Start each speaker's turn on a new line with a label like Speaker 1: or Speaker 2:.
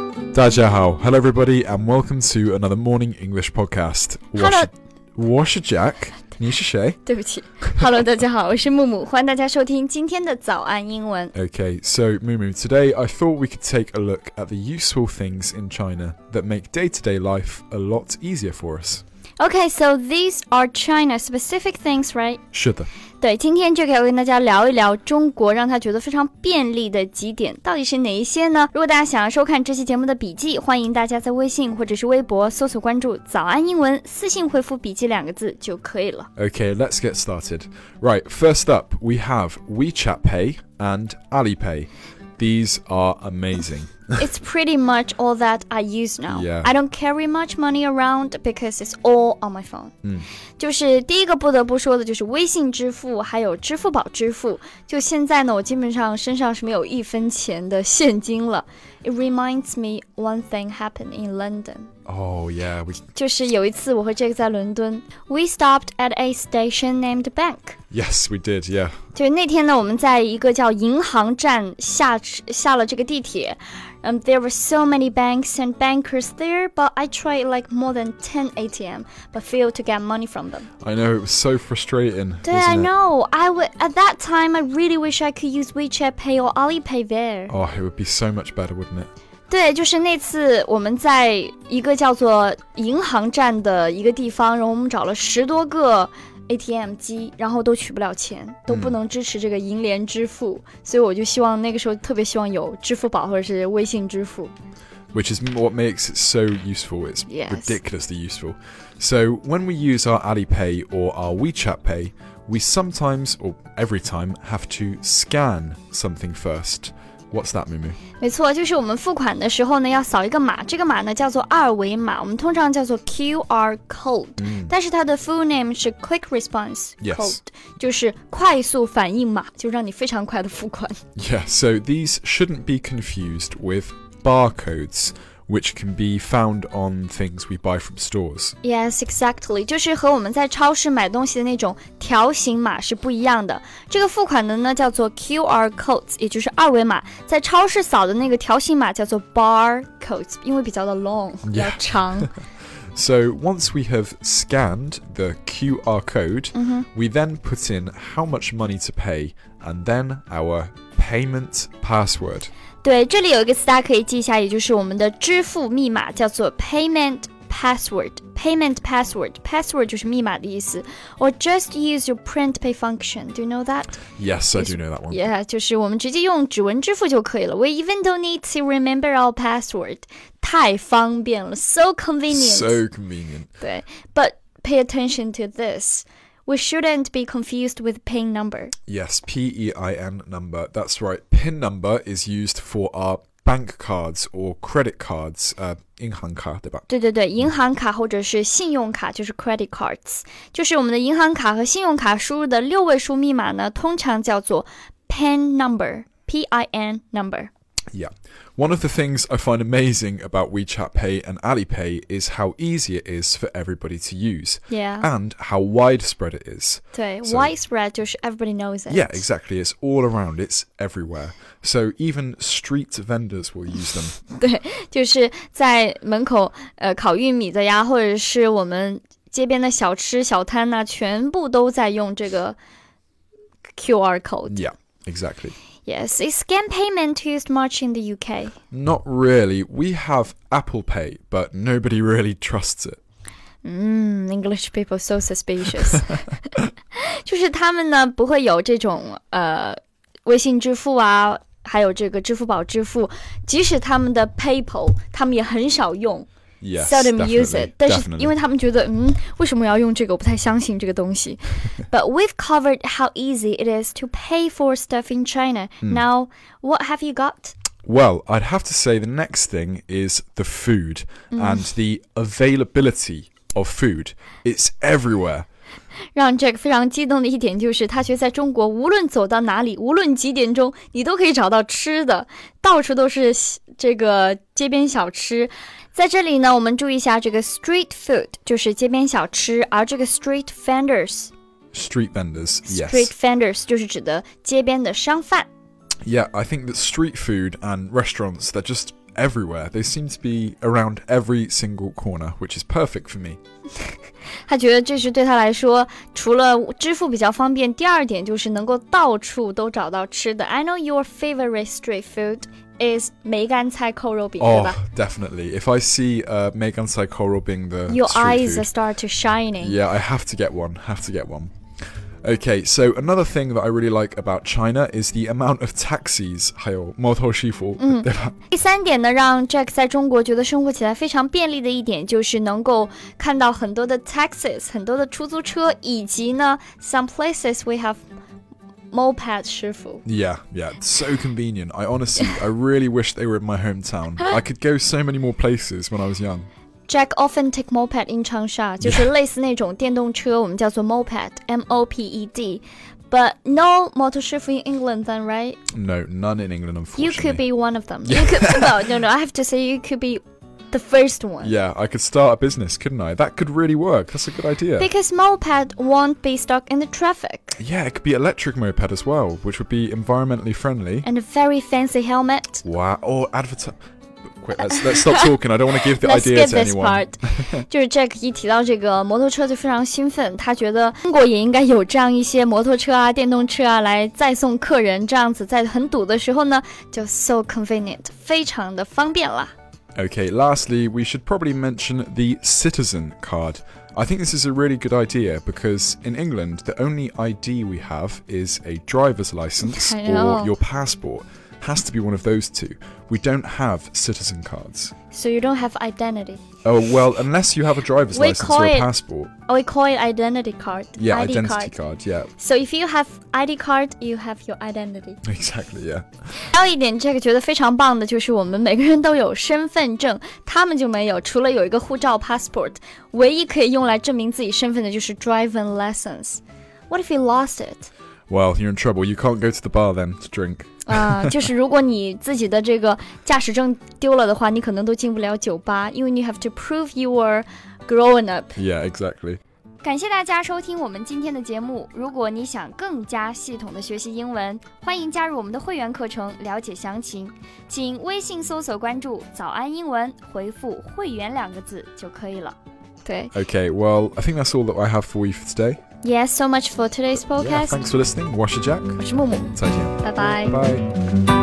Speaker 1: Dajahao. Hello, everybody, and welcome to another Morning English podcast.
Speaker 2: Hello，
Speaker 1: Washer Jack, Nisha Shay.
Speaker 2: 对不起，Hello，大家好，我是木木，欢迎大家收听今天的早安英文。
Speaker 1: Okay, so Mumu, today I thought we could take a look at the useful things in China that make day to day life a lot easier for us.
Speaker 2: Okay, so these are China specific things, right?
Speaker 1: Should the
Speaker 2: 对，今天就可以跟大家聊一聊中国让他觉得非常便利的几点，到底是哪一些呢？如果大家想要收看这期节目的笔记，欢迎大家在微信或者是微博搜索关注“早安英文”，私信回复“笔记”两个字就可以了。
Speaker 1: Okay, let's get started. Right, first up, we have WeChat Pay and Alipay. These are amazing.
Speaker 2: It's pretty much all that I use now.
Speaker 1: Yeah.
Speaker 2: I don't carry much money around because it's all on my phone. 就是第一个不得不说的就是微信支付，还有支付宝支付。就现在呢，我基本上身上是没有一分钱的现金了。It reminds me one thing happened in London.
Speaker 1: Oh, yeah, we
Speaker 2: 就是有一次我和 Jake 在伦敦，We stopped at a station named Bank.
Speaker 1: yes, we did, yeah.
Speaker 2: 就是那天呢，我们在一个叫银行站下下了这个地铁。嗯、t h e r e were so many banks and bankers there, but I tried like more than ten ATM, but failed to get money from them.
Speaker 1: I know it was so frustrating. wasn't
Speaker 2: 对 I
Speaker 1: it?
Speaker 2: know. I would at that time. I really wish I could use WeChat Pay or Alipay there.
Speaker 1: Oh, it would be so much better, wouldn't it?
Speaker 2: 对，就是那次我们在一个叫做银行站的一个地方，然后我们找了十多个 ATM 机，然后都取不了钱，都不能支持这个银联支付，所以我就希望那个时候特别希望有支付宝或者是微信支付。
Speaker 1: which is m- what makes it so useful. It's
Speaker 2: Yes.
Speaker 1: ridiculously useful. So when we use our Alipay or our WeChat Pay, we sometimes or every time have to scan something first. What's that, Mumu?
Speaker 2: 没错，就是我们付款的时候呢，要扫一个码，这个码呢叫做二维码，我们通常叫做 QR code，、但是它的 full name 是 Quick Response
Speaker 1: Yes.
Speaker 2: Code，就是快速反应码，就让你非常快的付款。
Speaker 1: Yeah, so these shouldn't be confused with barcodes, which can be found on things we buy from stores.
Speaker 2: Yes, exactly，就是和我们在超市买东西的那种条形码是不一样的。这个付款的呢叫做 QR codes，也就是二维码，在超市扫的那个条形码叫做 barcodes，因为比较的 long，比较
Speaker 1: Yeah.
Speaker 2: 长。
Speaker 1: So once we have scanned the QR code, we then put in how much money to pay and then our payment password.
Speaker 2: 对，这里有一个词大家可以记一下，也就是我们的支付密码，叫做 payment password。payment password password 就是密码的意思。Or just use your print pay function. Do you know that?
Speaker 1: Yes, I
Speaker 2: Yes.
Speaker 1: do know that one.
Speaker 2: Yeah，就是我们直接用指纹支付就可以了。We even don't need to remember our password，太方便了，so convenient。
Speaker 1: So convenient.
Speaker 2: 对，But pay attention to this. We shouldn't be confused with PIN number.
Speaker 1: Yes, P E I N number. That's right. PIN number is used for our bank cards or credit cards. Uh, 银行卡，对吧？
Speaker 2: 对对对，银行卡或者是信用卡就是 credit cards，就是我们的银行卡和信用卡输入的六位数密码呢，通常叫做 PIN number，P I N number。
Speaker 1: Yeah. One of the things I find amazing about WeChat Pay and Alipay is how easy it is for everybody to use
Speaker 2: Yeah，、
Speaker 1: and how widespread it is.
Speaker 2: 对
Speaker 1: so-
Speaker 2: widespread 就是 everybody knows it。
Speaker 1: Yeah, exactly. It's all around, it's everywhere. So even street vendors will use them.
Speaker 2: 对，就是在门口呃烤玉米的呀，或者是我们街边的小吃小摊呐、全部都在用这个 QR code。
Speaker 1: Yeah, exactly.
Speaker 2: Yes, is scan payment used much in the UK?
Speaker 1: Not really. We have Apple Pay, but nobody really trusts it.
Speaker 2: Mm, English people so suspicious. 就是他们呢不会有这种呃微信支付啊，还有这个支付宝支付，即使他们的 PayPal 他们也很少用。
Speaker 1: Yes,
Speaker 2: seldom
Speaker 1: definitely,
Speaker 2: use it，但是
Speaker 1: definitely.
Speaker 2: 因为他们觉得，嗯，为什么要用这个？我不太相信这个 东西。But we've covered how easy it is to pay for stuff in China.
Speaker 1: Hmm.
Speaker 2: Now, what have you got?
Speaker 1: Well, I'd have to say the next thing is the food
Speaker 2: Mm.
Speaker 1: and the availability of food. It's everywhere.
Speaker 2: 让 Jack 非常激动的一点就是，他觉得在中国无论走到哪里，无论几点钟，你都可以找到吃的，到处都是西这个街边小吃。在这里呢，我们注意一下这个 street food，就是街边小吃，而这个 street vendors。
Speaker 1: Street vendors, yes.
Speaker 2: Street vendors 就是指的街边的商贩。
Speaker 1: Yeah, I think that street food and restaurants, they're just everywhere. They seem to be around every single corner, which is perfect for me.
Speaker 2: 他觉得这是对他来说，除了支付比较方便，第二点就是能够到处都找到吃的。I know your favorite street food is 梅干菜扣肉饼，对
Speaker 1: Oh,
Speaker 2: 吧
Speaker 1: definitely. If I see uh, Megan Saikoro being the
Speaker 2: ？Your
Speaker 1: street
Speaker 2: eyes
Speaker 1: food-
Speaker 2: start to shining.
Speaker 1: Yeah, I have to get one. Have to get one. Okay, so another thing that I really like about China is the amount of taxis, 还有摩托师傅，
Speaker 2: Mm-hmm.
Speaker 1: 对吧？
Speaker 2: 第三点呢，让 Jack 在中国觉得生活起来非常便利的一点，就是能够看到很多的 taxis，很多的出租车，以及呢，some places we have moped 师傅。
Speaker 1: Yeah, yeah, it's so convenient. I honestly, I really wish they were in my hometown. I could go so many more places when I was young.
Speaker 2: Jack often take moped in Changsha，就是类似那种电动车，我们叫做 moped，M O P E D。But no motor 师傅 in England then, right?
Speaker 1: No, none in England,
Speaker 2: You
Speaker 1: unfortunately.
Speaker 2: could be one of them. You could no, no, no. I have to say you could be the first one.
Speaker 1: Yeah, I could start a business, couldn't I? That could really work. That's a good idea.
Speaker 2: Because moped won't be stuck in the traffic.
Speaker 1: yeah, it could be electric moped as well, which would be environmentally friendly.
Speaker 2: And a very fancy helmet.
Speaker 1: Wow. Or advertise. Quick, let's, let's stop talking. I don't want to give the
Speaker 2: Let's
Speaker 1: idea
Speaker 2: skip
Speaker 1: to
Speaker 2: this
Speaker 1: anyone.
Speaker 2: part 。 就是 Jack 一提到这个摩托车就非常兴奋，他觉得中国也应该有这样一些摩托车啊、电动车啊来载送客人，这样子在很堵的时候呢，就 so convenient，非常的方便啦。
Speaker 1: Okay, lastly, we should probably mention the citizen card. I think this is a really good idea because in England, the only ID we have is a driver's license
Speaker 2: I know.
Speaker 1: or your passport. Has to be one of those two. We don't have citizen cards.
Speaker 2: So you don't have identity.
Speaker 1: Oh, well, unless you have a driver's
Speaker 2: We
Speaker 1: license
Speaker 2: call
Speaker 1: or a
Speaker 2: it-
Speaker 1: passport.
Speaker 2: Oh, We call it identity card.
Speaker 1: Yeah,
Speaker 2: ID
Speaker 1: identity
Speaker 2: card.
Speaker 1: card. Yeah,
Speaker 2: So if you have ID card, you have your identity.
Speaker 1: exactly. Yeah.
Speaker 2: 还有一点，这个觉得非常棒的就是我们每个人都有身份证，他们就没有。除了有一个护照 passport，唯一可以用来证明自己身份的就是 driving license。What if you lost it？
Speaker 1: Well, you're in trouble. You can't go to the bar then to drink.
Speaker 2: 啊、就是如果你自己的这个驾驶证丢了的话，你可能都进不了酒吧，因为 you have to prove you were grown up。
Speaker 1: Yeah, exactly.
Speaker 2: 感谢大家收听我们今天的节目。如果你想更加系统的学习英文，欢迎加入我们的会员课程，了解详情。请微信搜索关注“早安英文”，回复“会员”两个字就可以了。对
Speaker 1: Okay, well, I think that's all that I have for you for today.
Speaker 2: ，Yes, so much for today's
Speaker 1: Yeah,
Speaker 2: podcast。
Speaker 1: thanks for listening. Washer Jack.
Speaker 2: 我是木木，
Speaker 1: 再见。
Speaker 2: 拜拜。
Speaker 1: Bye.